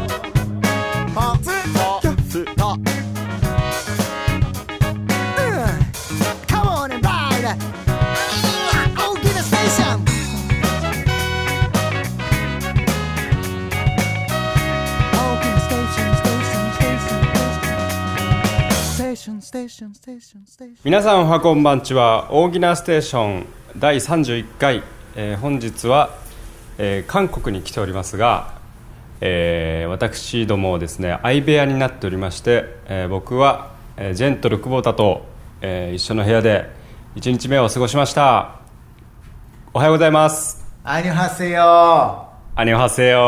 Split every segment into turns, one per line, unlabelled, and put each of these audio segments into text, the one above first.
パツキャストうんカモンバイル大きなステーション大きなステーションステーションステーションステーションステーションステーションステーション
皆さんおはこんばんちは大喜なステーション第31回、えー本日は、えー韓国に来ておりますが、えー私どもですね相部屋になっておりまして、えー僕は、えージェントル久保田と、えー一緒の部屋で1日目を過ごしましたおはようございます
アニョハセヨ
アニョハセ
アニ
ヨ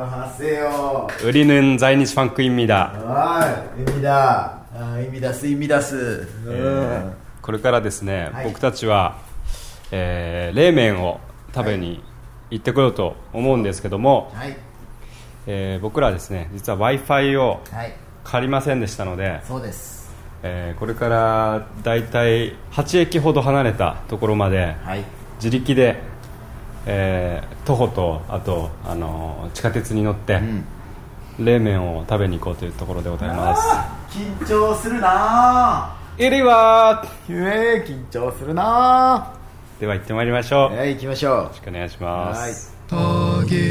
ョハセヨ
ウリヌン在日ファンクインミダ
はい意味だあー意味出す意味出すうん、
これからですね、
はい
僕たちは、えー冷麺を食べに行ってこようと思うんですけども、
はい
えー僕らはですね実は w i f i を
はい
借りませんでしたので、
そうです
えーこれからだいたい8駅ほど離れたところまで
はい
自力で、えー徒歩とあと、あのー地下鉄に乗って、冷麺を食べに行こうというところでございます
緊張するな
エリは
ーえ緊張するな
では行ってまいりましょう
ー
よ
はい行きましょ
ろしくお願いし
う
ます、
はい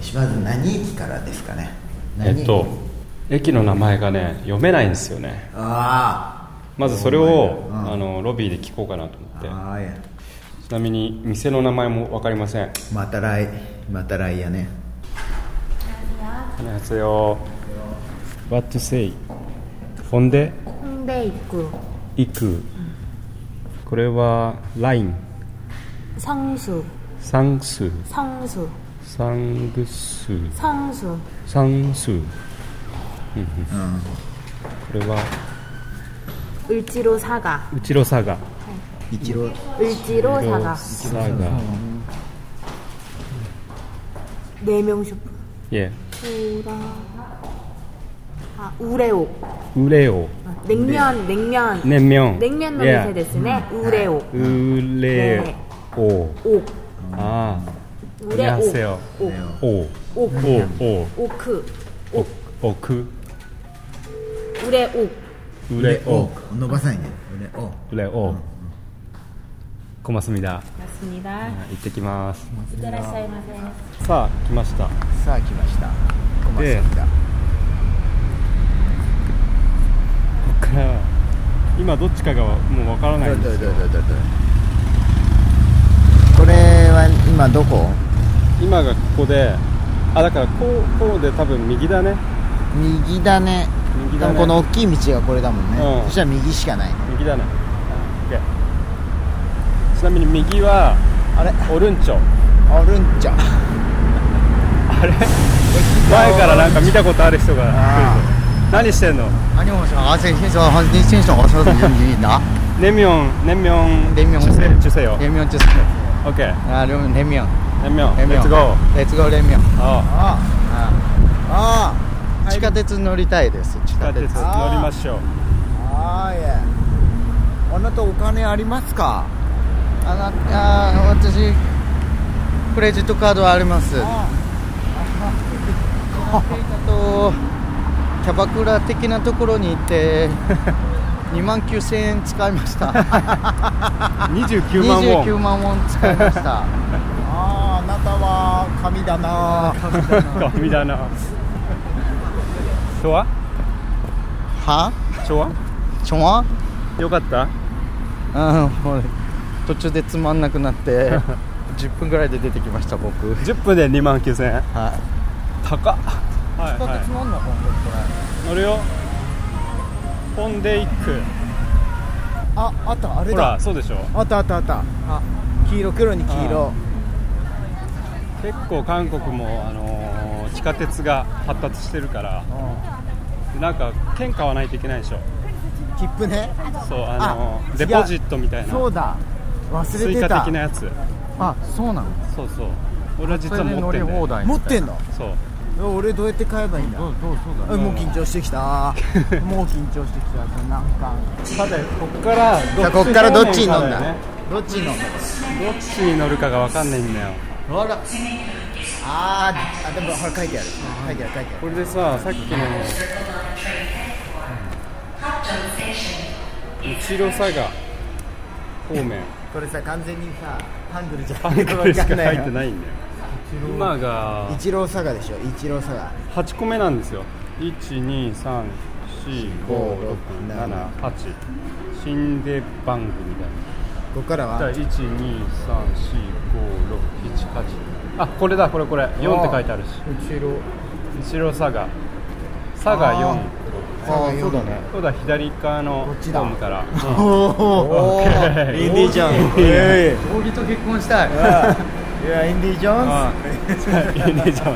島津何駅からですかね何駅
えっと駅の名前がね読めないんですよね
あ
まずそれを、
うん
あのロビーで聞こうかなと思っ
ー
て
あーいや
ちなみに店の名前も分かりません
また来また来やね
안녕하세요 What to say? 본데
홍대입구
이크 これは LINE
성수
算数
성수
算数
성수
算数これは
을지로 사가
うちろさが
一郎
을지로 사가
さが
네명 슈퍼
え
우라 아 우레오
うれを
냉면 냉면
ねんみょん
냉면
네. 예.
냄새 됐으네 우레오
うれを
옥
ああ
우레오
안녕하세요.
옥
お
옥
お
오크
おおく
우레옥
うれを
伸ばさないね俺お行
うれをこますみだ
맞습니다
行ってきます
이때라시아이마세
さあ来ました
さあ来ました小松さんだ
こっから今どっちかがもうわからないんですよ
これは今どこ
今がここであだからこうこうで多分右だね
右だね
右
で
だね
もこの大きい道がこれだもんね、
うん
そしたら右しかない
右だねオッケーちなみに右は
あれ
オルンチョ
あるんちゃ
あれ前からなんか見たことある人が来る
あ
ぞ何してんの
あにょもしあせんしょはんにせんしょはそうじゅんじいな
ネミョンネミョン
レミョン
チュセチュセよ
レミョンちょ
オッケー
あレミョン
ネミョ
レ
ン
ミ
レ
ョ
ッ
ン
ツゴー
レッツゴーレミョン
あ
ああああ地下鉄乗りたいです地
あ地
下
下
鉄
鉄乗りましょう
あいえあなたお金ありますかあなあ私クレジットカードありますあとキャバクラ的なところに行って 2万9000円使いました
29万ウォン
29万ウォン使いましたあああなたは神だな
神だな 昭和
は
昭和
ちょわ
よかった
うんもう途中でつまんなくなって 10分ぐらいで出てきました僕はい
10分で2万9000円高っはい
だってつまんなかった
乗るよポンデイク
ああったあれ
ほらそうでしょ
あったあったあったあ黄色黒に黄色
結構韓国も、あのー地下鉄が発達してるからなんか券買わないといけないでしょ
切符ね
そうあのー
あ
デポジットみたいな
そうだ
ス
忘
イ
れ
カ
てた
的なやつ
あそうなの
そうそう俺は実は持ってんだよ
持ってんの
そう
俺どうやって買えばいいんだ
そうそうそうだ
あもう緊張してきたもう緊張してきたなんか
さてここから
さあこっからどっちに乗んだ
どっ
どっち飲んだ
ちに乗るかがわかんないんだよ
あらあーあでもほら書いてある書いてある書いてある
これでささっきの日露佐賀方面
これさ完全にさハングルじゃ
あれからしか入って
い
ないんだよ今が
一郎佐賀でしょ一郎佐賀
8個目なんですよ1234567死んで番組だ
ここから
じゃあ
は
1234567あこれだこれこれ4って書いてあるし
一郎
後ろ佐賀佐賀
あ
4
ああそうだね
そうだ左側のホ
っちだ
ームから
おお
オッケー
インディ・ジョーンズ
え
扇と結婚したいいやインディ・ジョーンズ
いいねじゃん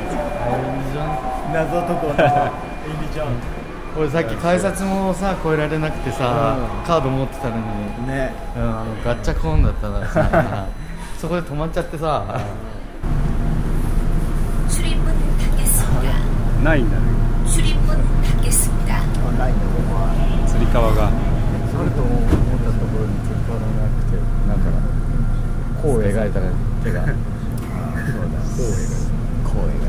謎男
俺さっき改札もさ越えられなくてさ、
うん
カード持ってたのに、
ね
うん、あのガッチャコーンだったからさ そこで止まっちゃってさ
ないんだね
オンラインでここは
つり革が
それと思ったところに結果がなくてなんかこう描いたら手があーそうだこう描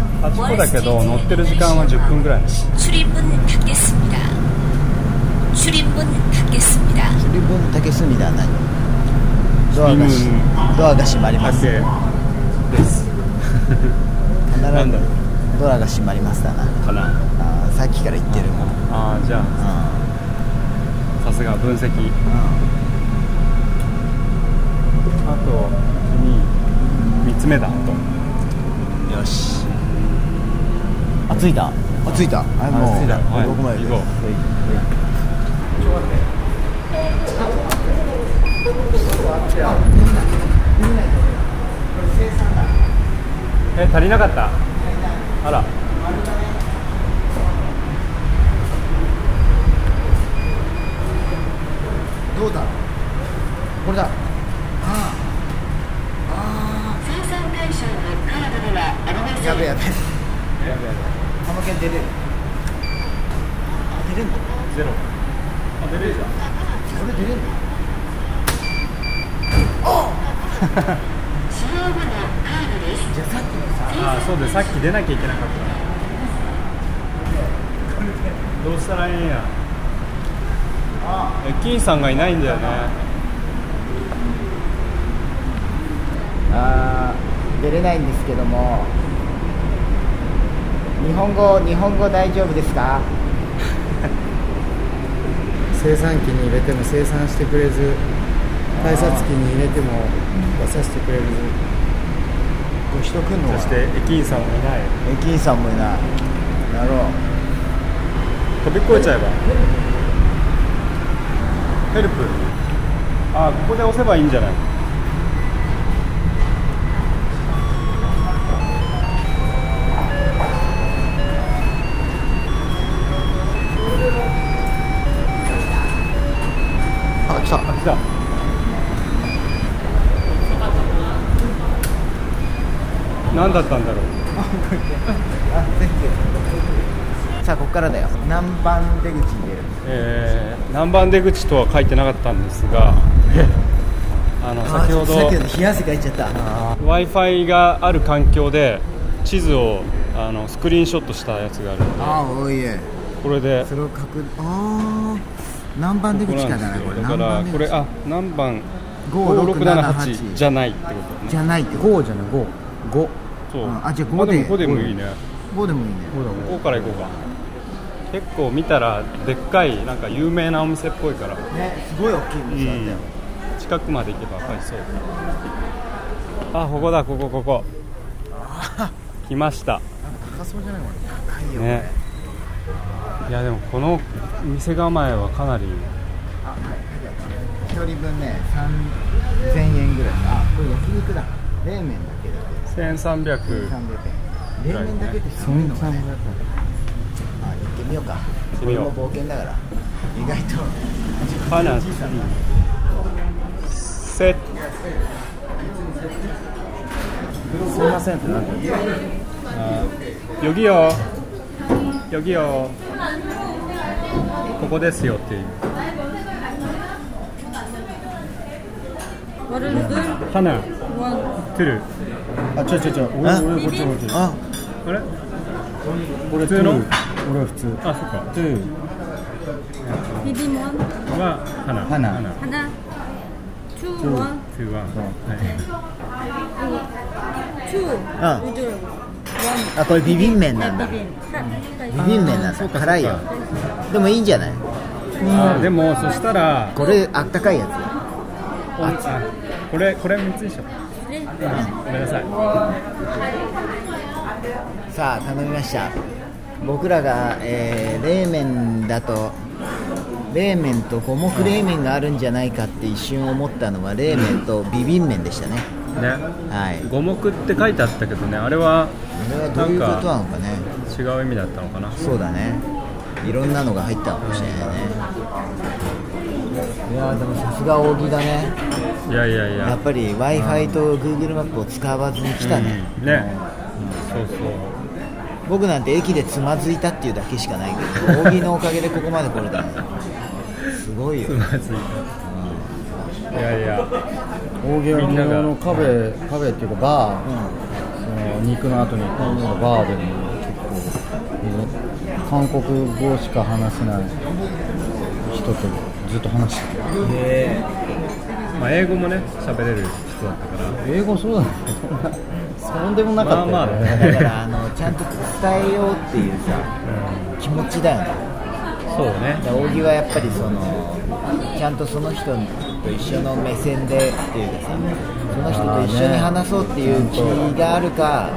いたこう描
8個
いた
だけど乗ってる時間は10分ぐらい
출입문 닫겠습니다. 출입문 닫겠습니다.
それ分竹隅だ何ドアがしドアが閉まります
竹です
必ず
なんだろう
ドアが閉まりますだな
かな
あーさっきから言ってるもん
ああじゃあさすが分析あと君3つ目だあと
よしあ着いたあ着いたあもう
着いたはい
どこまで
行こうえ足りなかったあら
どうだこれだ
사상가이션은 카드를 아르바이트
やべやべやべ浜県出れるあ出れるの
ゼロあ出れるじゃん
これ出れるの
지역으로 카드를
ああそうでさっき出なきゃいけなかったどうしたらええんやえ金さんがいないんだよね
あー出れないんですけども日本語日本語大丈夫ですか
生産機に入れても生産してくれず改札機に入れても出させてくれる
これ人来んの
そして駅員さんもいない
駅員さんもいないなろう
飛び越えちゃえばヘルプああここで押せばいいんじゃない
あ来た
あ来た何だったんだろう
さあここからだよ何番出口に出る
えー、南蛮出口とは書いてなかったんですが あの先ほど
あ先ほど冷や汗かいちゃった
w i f i がある環境で地図をあのスクリーンショットしたやつがある
あーおいえ
これで
それを確ああ何番出
ここ
口
な
か
んで
だなこ
す
れ
よだから
何番出口
これあ何番5678
5678
じゃないってことね
じゃないって5じゃない5 5
そう
あじゃあ
ま
5で
でも5でもいいね
5でもいいね
5からいこうか結構見たらでっかいなんか有名なお店っぽいから
ねすごい大きい店だったよ
近くまで行けば分かりそうあここだここここ来ました
高そうじゃないこれ高いよ
ねいやでもこの店構えはかなり
一人分ね3000円ぐらいあこれ焼肉だ冷麺だけだ
1300
300円冷麺だけってすごいのがねあ行ってみよう
行っ
か
て
こ
み
れ
よう
も冒険だから意外と
かなりセ
すいませんってなんて
あよよよぎよここですよっていう
What is this
花
one?
トゥル 아,
あ、ちょいちょいちょい、俺、
あ
俺、こっち、こっち。
あ
あれ
俺、
普通の
トゥー俺は普通。
あそっか
トゥー
Medium one.
は花
花
花
하나. Two one.
トゥーワンはい
Two.
아.
We do one.
あこれビビン麺なんだ
비빔.
ビビン麺なんだ辛いよでもいいんじゃない
あーでもそしたら
これあったかいや
おあこれこれ3つにしようごめんなさい
つさあ頼みました僕らが、えー冷麺だと冷麺と五目冷麺があるんじゃないかって一瞬思ったのは冷麺とビビン麺でしたね
ね
はいこ
五目って書いてあったけどねあれは
れはどういうことなのかね
違う意味だったのかな
そうだねいろんなのが入ったのかもしれないねいやーでもさすが扇だね
いやいやいや
やっぱり w i f i と Google マップを使わずに来たね、
うんねそうそう
僕なんて駅でつまずいたっていうだけしかないけど扇のおかげでここまで来れたねすごいよ
つまずいたいやいや
大木は
みんなが
のカフェ、カフェっていうか、バー、その肉の後に、バーでも結構、韓国語しか話せない人とずっと話してた。
まあ英語もね喋れる人だったから
英語そうだね。そんでもなかった
まあまあ
だからあのちゃんと伝えようっていうさ気持ちだよね
そうね
だから扇はやっぱりそのちゃんとその人と一緒の目線でっていうかさその人と一緒に話そうっていう気があるか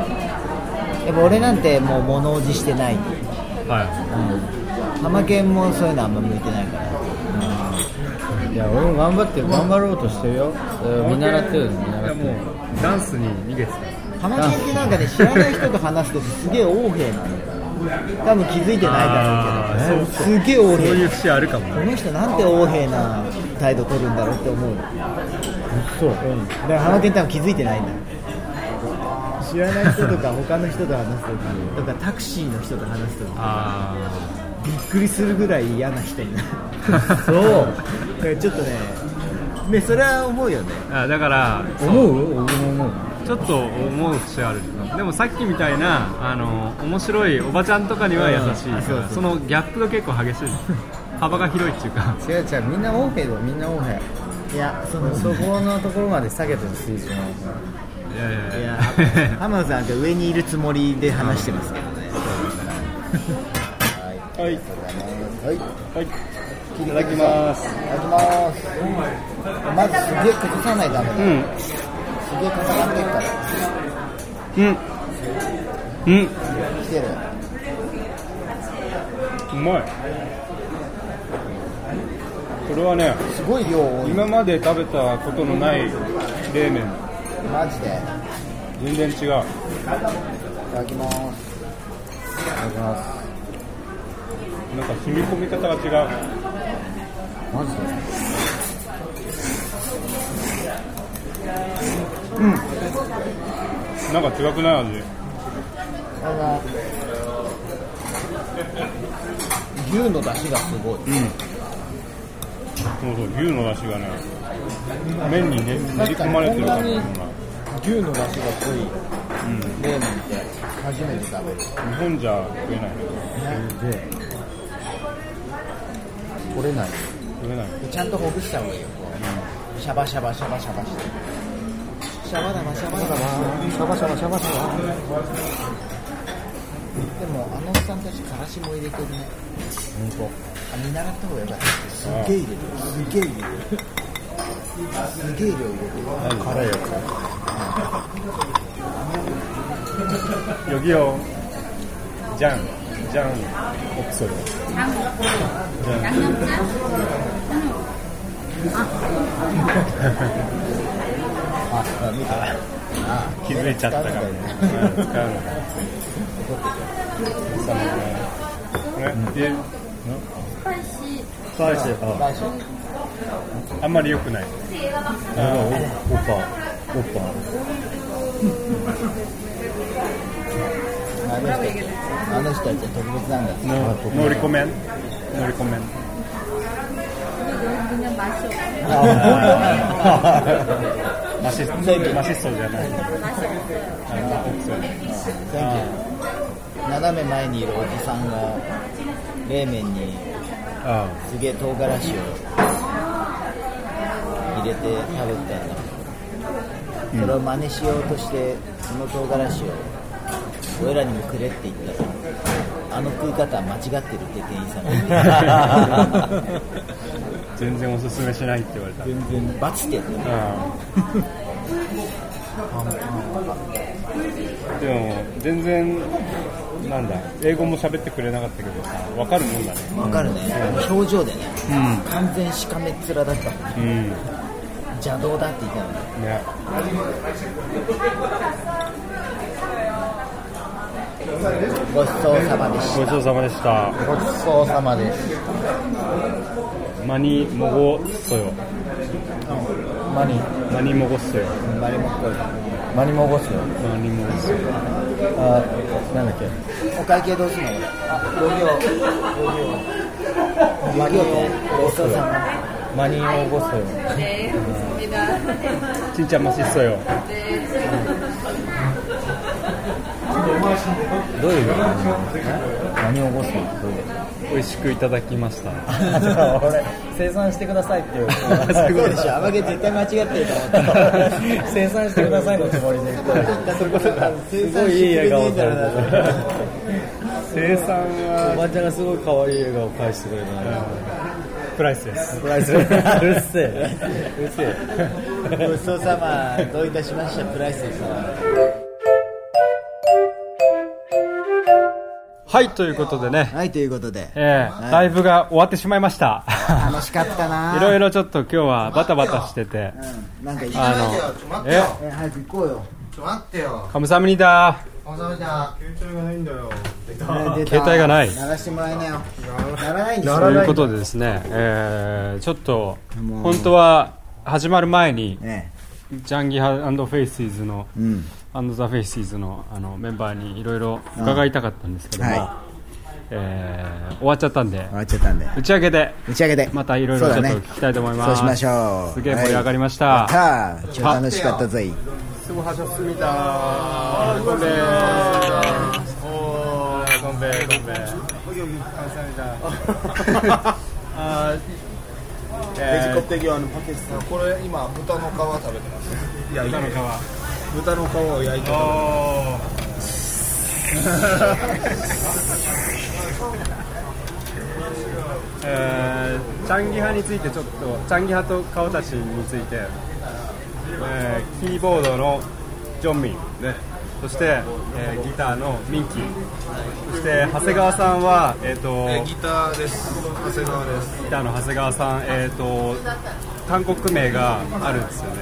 でも俺なんてもう物おじしてない
は
ハマケンもそういうのあんま向いてないから
いや俺も頑張って頑張ろうとしてるよ
い
見習ってるの見
い
習
や
ってる
もうダンスに逃げてた
ハマケンってなんかね知らない人と話すとすげえ横柄なんだよ多分気づいてないだろうけど、
あーそう
すげえ横
そういう
柄
節あるかも
こ
ね
の人なんて横柄な態度取るんだろうって思うだか
そう
らハマケン多分気づいてないんだよ知らない人とか他の人と話すとかとかタクシーの人と話すとか
あ
びっくりするぐらい嫌な人になる
そう
だからちょっとねねそれは思うよね
あだから
思う俺も思う
ちょっと思う節あるでもさっきみたいなあの面白いおばちゃんとかには優しいから、そのギャップが結構激しい幅が広いっていうか
違う違うみんなオーヘイだよみんなオーヘ
いやその
イそこのところまで下げてほしいじゃない
いやいや
い
いや
や浜田さんって上にいるつもりで話してますけどね
はい
はい
はいいただきます
いただきます、まずすげえ崩さないとダメだ、
うん
すげえ固まってるから
うんうん
来てる
うまいこれはね
すごい量多い
今まで食べたことのない冷麺
マジでい
全然違う
ただきます
なんか染み込み方が違う
マジで
なんか違くない味
あの牛の出汁がすごい、
そうそう牛の出汁がね麺に、ね、練り込まれてる感じが
牛の出汁が濃い、冷麺って初めて食べる
日本じゃ食えない
取れない
食えない
ちゃんとほぐした方がいいよこうシャバシャバシャバシャバしてシャバダバシャバダバシャバシャバシャバシャバでもあのおっさんたちからしも入れてるね本当。あ見習った方がよかったすっげえ入れてるすっげえ入れてるすげえ量入れてる辛いよ
よぎよじゃんじゃんおくそよじゃん 아,
あ見た
気づいちゃったからねうん使うのかねで
スパイシー
어.
あ
大丈夫
あんまり良くない
オッパオッパ
あの人たちあの人たちは特別なんだ
No, no recommend. No recommend.
그냥 맛이 없어.
マシスマシストじゃない。あーそう
斜め前にいるおじさんが冷麺に
あ
すげえ唐辛子を入れて食べたんだそれを真似しようとしてその唐辛子を俺らにもくれって言ったらあの食い方は間違ってるって店員さんが言って
ー全然おすすめしないって言われた。
バツってやった
うんでも全然なんだ英語も喋ってくれなかったけどさ分かるもんだね
わかるね、表情でね、完全しかめっ面だったもんね
うん
邪道だって言ってたの
ね
ごちそうさまでし
ごちそうさまでした
たごちそうさまです
マニモゴッソよ
マニ
マニモゴッソよ
マリモッコ
マニも起こすよ
マニモゴッソよ
あなんだっけ
お会計どうすんのこれ五行五行五行ねごちそうさま
マニを起こすよ
ちんちゃんマシッソよ
どういうことマニを起こすよどういうこ
美味しくいただきました
と俺生産してくださいっていう
そうでしょ甘毛絶対間違ってると思った
生産してくださいのつもりで言ってる
それこそ生
すごいいい笑顔されて
な
る
生産は
おばちゃんがすごい可愛い笑顔を返してくれたな
プライスです
プライスうるせえ
ごちそうさまどういたしましたプライスです
はいということでね
はいということで
えーライブが終わってしまいました
楽しかったない
ろいろちょっと今日はバタバタしてて
うんなんかいい
あ
ちょ
の
っと待って
え
よ
え早く行こうよ
ちょっと待ってよ
カムサムニダ
おさめちゃん携帯がないんだよ
携
携帯がない
鳴らしてもらえないよ鳴らないんです
ー
よ
ということでですね、えーちょっと本当は始まる前に
ね
ジャンギハフェイシーズの
うん
アンドザフェイシーズのあのメンバーにいろいろ伺いたかったんですけども、
はい
えー終わっちゃったんで
終わっちゃったんで
打ち上げで
打ち上げで
またいろいろちょっと聞きたいと思います
そうしましょう
すげえ盛り上がりました、
はいやったー今日楽しかったぜ
レジコプテギアのパケスタこれ今豚の皮食べてますいや豚の皮豚の皮を焼いて食
えーチャンギ派についてちょっとチャンギ派と顔たちについて、えーキーボードのジョンミン、そして、えーギターのミンキーそして長谷川さんは、えーと
べてギターです長谷川です
ギターの長谷川さん、えー、と韓国名があるんですよね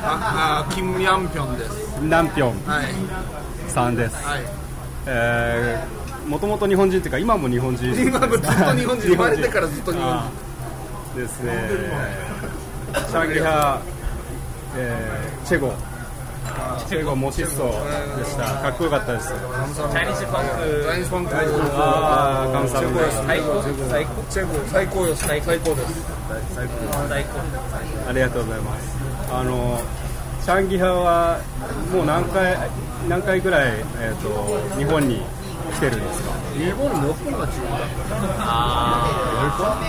ああキムヤンピョンです
ナンピョン
はい
さんです、
はい
えーもともと日本人っていうか今も日本人
今もずっと日本人生まれてからずっと日本人
あーですねシャンギハ、えーチェゴチェゴモチッソでしたかっこよかったです
ラインスパンク
ああカムサム
最高最高最高最高よ最高です
ありがとうございますあのシャンギハはもう何回何回ぐらい、えー、と日本に来てるんですか日本六本が中
これかそんなでも78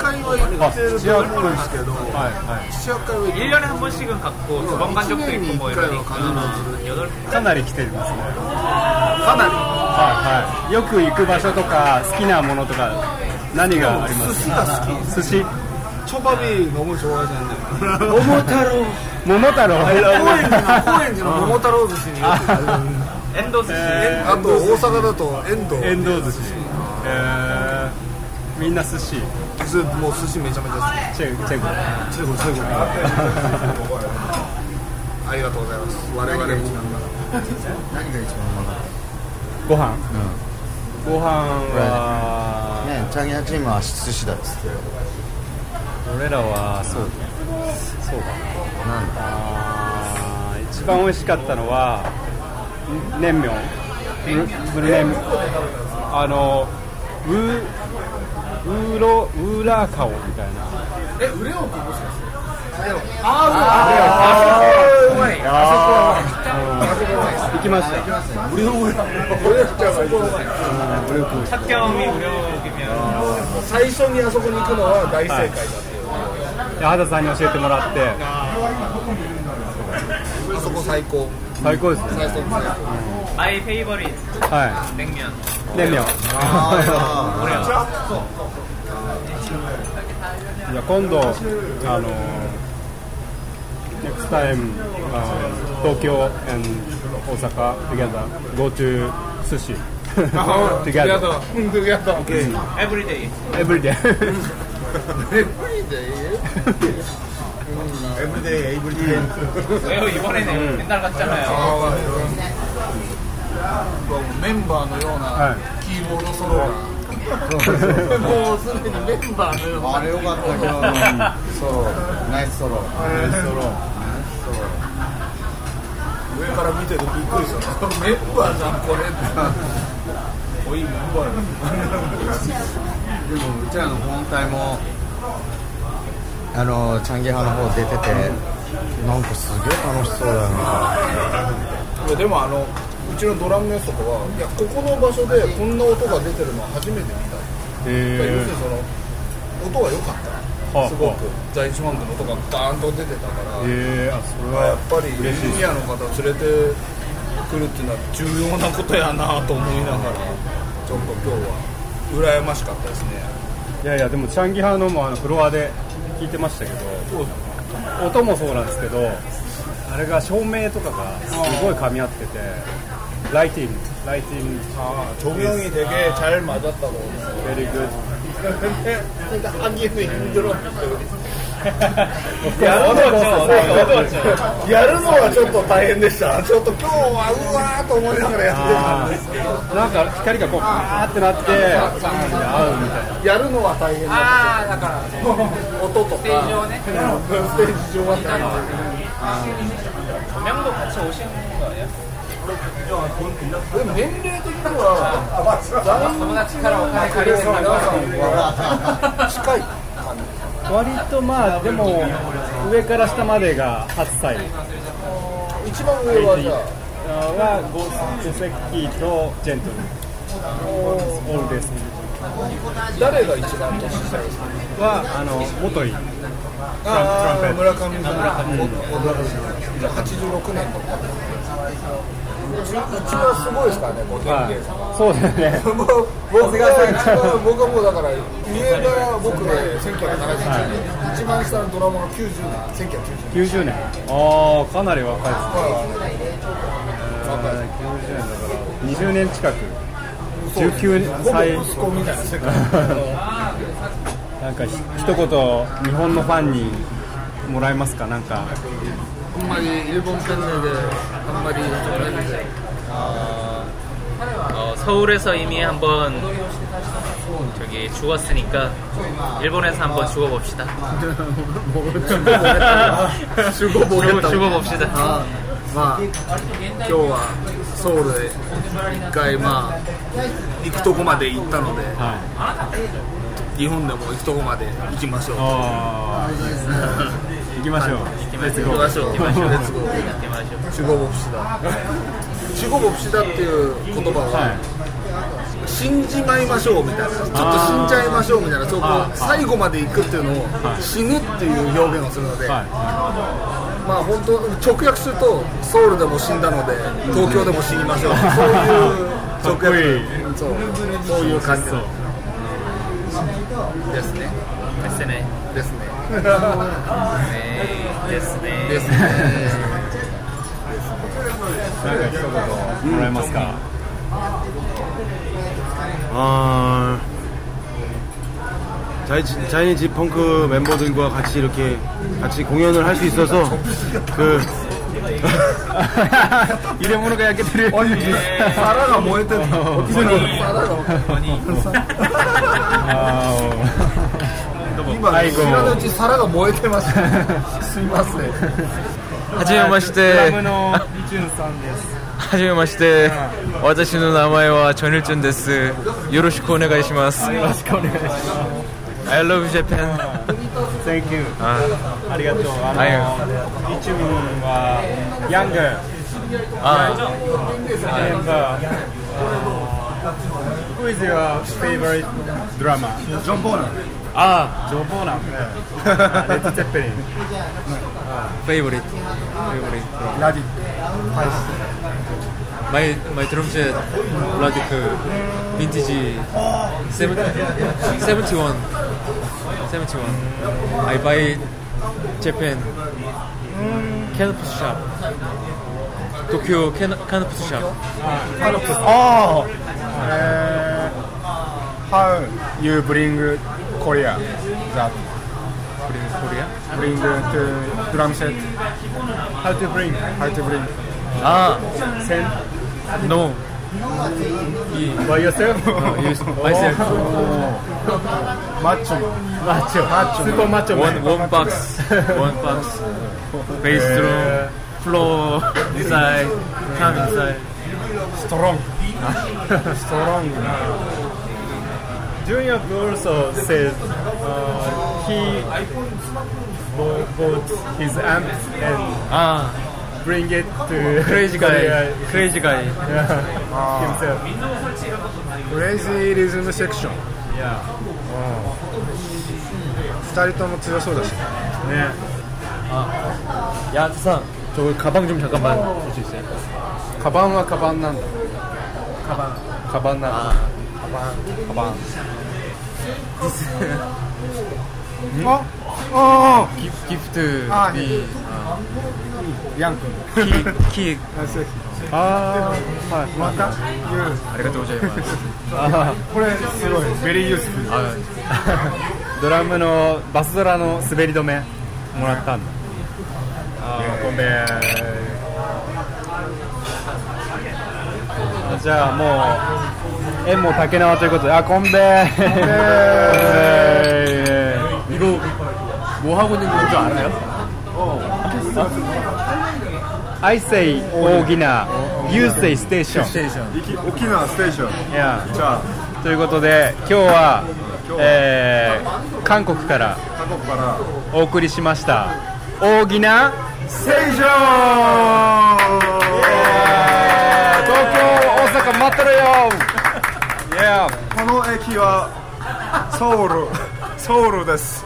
回は行ってると思うんですけど
はいは
78回は行ってる
1년에 한 번씩은 갔고 두 번 간 적도 있고 뭐
1回は
이러니까
必ず
여덟
いかなり来てるんですね
かなり
はいはいよく行く場所とか好きなものとか何があります
寿司が好
寿司
きチョバビー너무 좋아하잖아요
桃太郎
高円寺の高円寺の桃太郎寿司によく行く
엔도 스시
あと大阪だと遠藤
遠藤寿司えーみんな寿司
もう寿司めちゃめちゃ
チェチェゴ
好き最後最後ありがとうございます我々も
ご飯、ご飯は
ねチャギナチームは寿司だっつって
俺らはそうそうだななんだ番美味しかったのは麺麺ブルネンあのウーウーロウーラーカオみたいな
え、ウレオ君もしかして
あ
あうまい
あ
あそこはあそこはうまい
行きました
ウレオウレオウレオちゃんが行くウレオ君最初にあそこに行くのは大正解だっていう、
で畑さんに教えてもらって
あそこ最高
最高ですね
最高最高
My favorite
は
냉면
い麺麺
あ
俺は
いや今度あのネクスタイム東京 and 大阪 together go to sushi together
うん、トゥギャダー
Everyday
every day
エブリデイエブリデイエブリデイ
왜요 이번에는 옛날 같잖아요
メンバーのような
は
キーボードソロがもうすでにメンバーのようなあれよかったけど
ソロナイスソロ
上から見てるとびっくりしたメンバーじゃんこれおいメンバー
でもうちらの本体もあのチャンゲハの方出ててなんかすげえ楽しそうだよ
いやでもあのうちのドラムのやつとかはいやここの場所でこんな音が出てるのは初めて見
へ
た、
ー
要するにその音が良かった、
はあ
すごく在地マントの音がバーンと出てたから、
えー、あそれ
まあやっ
は
ぱり
嬉しい
エンジニアの方連れてくるっていうのは重要なことやなと思いながらちょっと今日は羨ましかったですね
いやいやでもチャンギハのもあのフロアで聞いてましたけど音もそうなんですけどあれが照明とかがすごい噛み合っててライティングライティングああ
조명이 되게 잘 맞았다고
very good
근데 하기에는 힘들었는데
やるのはちょっと
やるのはちょっと大変でしたちょっと今日はうわーと思いながらやってたんです
なんか光がこうパーってなって合うみたいな
けどやるのは大変だっただから音とかステージ上ねステージ上は大変
조명도 같이 오시는 거예요?
でも年齢的には友達からお金借りてるは近い
割とまあでも上から下までが8歳
一番上はじゃあ
は5セッキーとジェントルオールです
誰が一番年下ですか
はあの元井
あ
トラ
あ
ンペ
村上さんじゃあ86年とかうちうちはすごいですからね五
は
点芸さん
いそうだよね
僕は僕は僕はもうだから家が僕が1970年一番下のドラマが90年1990
90
年
年ああかなり若いですね
若い
90年だから20年近く19
ほぼ
歳
息子みたいな世界
なんかひ一言日本のファンにもらえますかなんか
ほんまに日本県内であんまりないんで
어, 서울에서 이미 한번 저기 죽었으니까 일본에서 한번 죽어봅시다. 죽어보겠다. 죽어봅시다.
まあ今日はソウルへ一回まあ
行くとこまで行ったので
はい
日本でも行くとこまで行きましょう
ああ行きましょう
行きましょう
行きましょう。
レッツゴー
行きましょ
中
う。
国牧師だ中国牧師だっていう言葉
は
は、死んじまいましょうみたいなちょっと死んじゃいましょうみたいなそこ
あー
最後まで行くっていうのを
い
死ぬっていう表現をするので、
いは
まあ本当直訳するとソウルでも死んだので東京でも死にましょうそういう
かっこいい
直訳そうそういう感じ
そう
ですね
됐네.
ですね
네. 됐네.
ですね
なんか一言もらえますか、
어, 자이, 자이니지 펑크 멤버들과 같이 이렇게 같이 공연을 할 수 있어서 그
이름으로가 약간 들을
皿が燃えてる皿が今知らないうち皿が燃えてますすいません
はじめまして
ドラムのイチュンさんです
はじめまして私の名前はチョニルチュンですよろしくお願いします
よろしくお願いします
I love Japan
Thank you
あ
ありがとうあの、イチュンはヤング
あ
Who is your favorite drummer? John Bonham ああ、ジョン・ボーナムねレッド・ゼッペリン
favorite favorite drum.
ラディ
my my drum set Radic vintage 70, 71 71 I buy Japan 음, canopus shop Tokyo can- canopus shop
カロプスああえー How you bring Korea that
bring Korea
bring to drum set How to bring How to bring
Ah.
send
no
by yourself
No, use myself.
Macho Macho Macho Super macho
one
man.
one box one box bass drum floor inside come inside
strong strong Junior also says uh, he bo- bought his amp and bring it to
Ah. Crazy guy.
Korea.
Crazy guy.
Yeah,
Ah.
himself.
Crazy Rhythm Section 2人とも強そうだし
ね
야트상 저 가방 좀 잠깐만 볼 수 있어요?
가방과 가방 난 가방 가방 난 가방 가방
어?
어!
기, 기프트
아,
비
양
킥.
아, 아, 맞다.
아리가또 고자이마스
これすごい、ベリーユースフル
あ
ドラムのバスドラの滑り止めもらったんだ。あーごめん。あじゃあもう縁も竹縄ということで、あこんべー。
이거뭐 하고 있는 건지 알아요?
I say 大きな You say station
沖縄ステーション
いやじゃあということで今日はえー韓国から
韓国から
お送りしました大きな
ステーション東
京大阪待ってる よ
この駅はソウルソウルです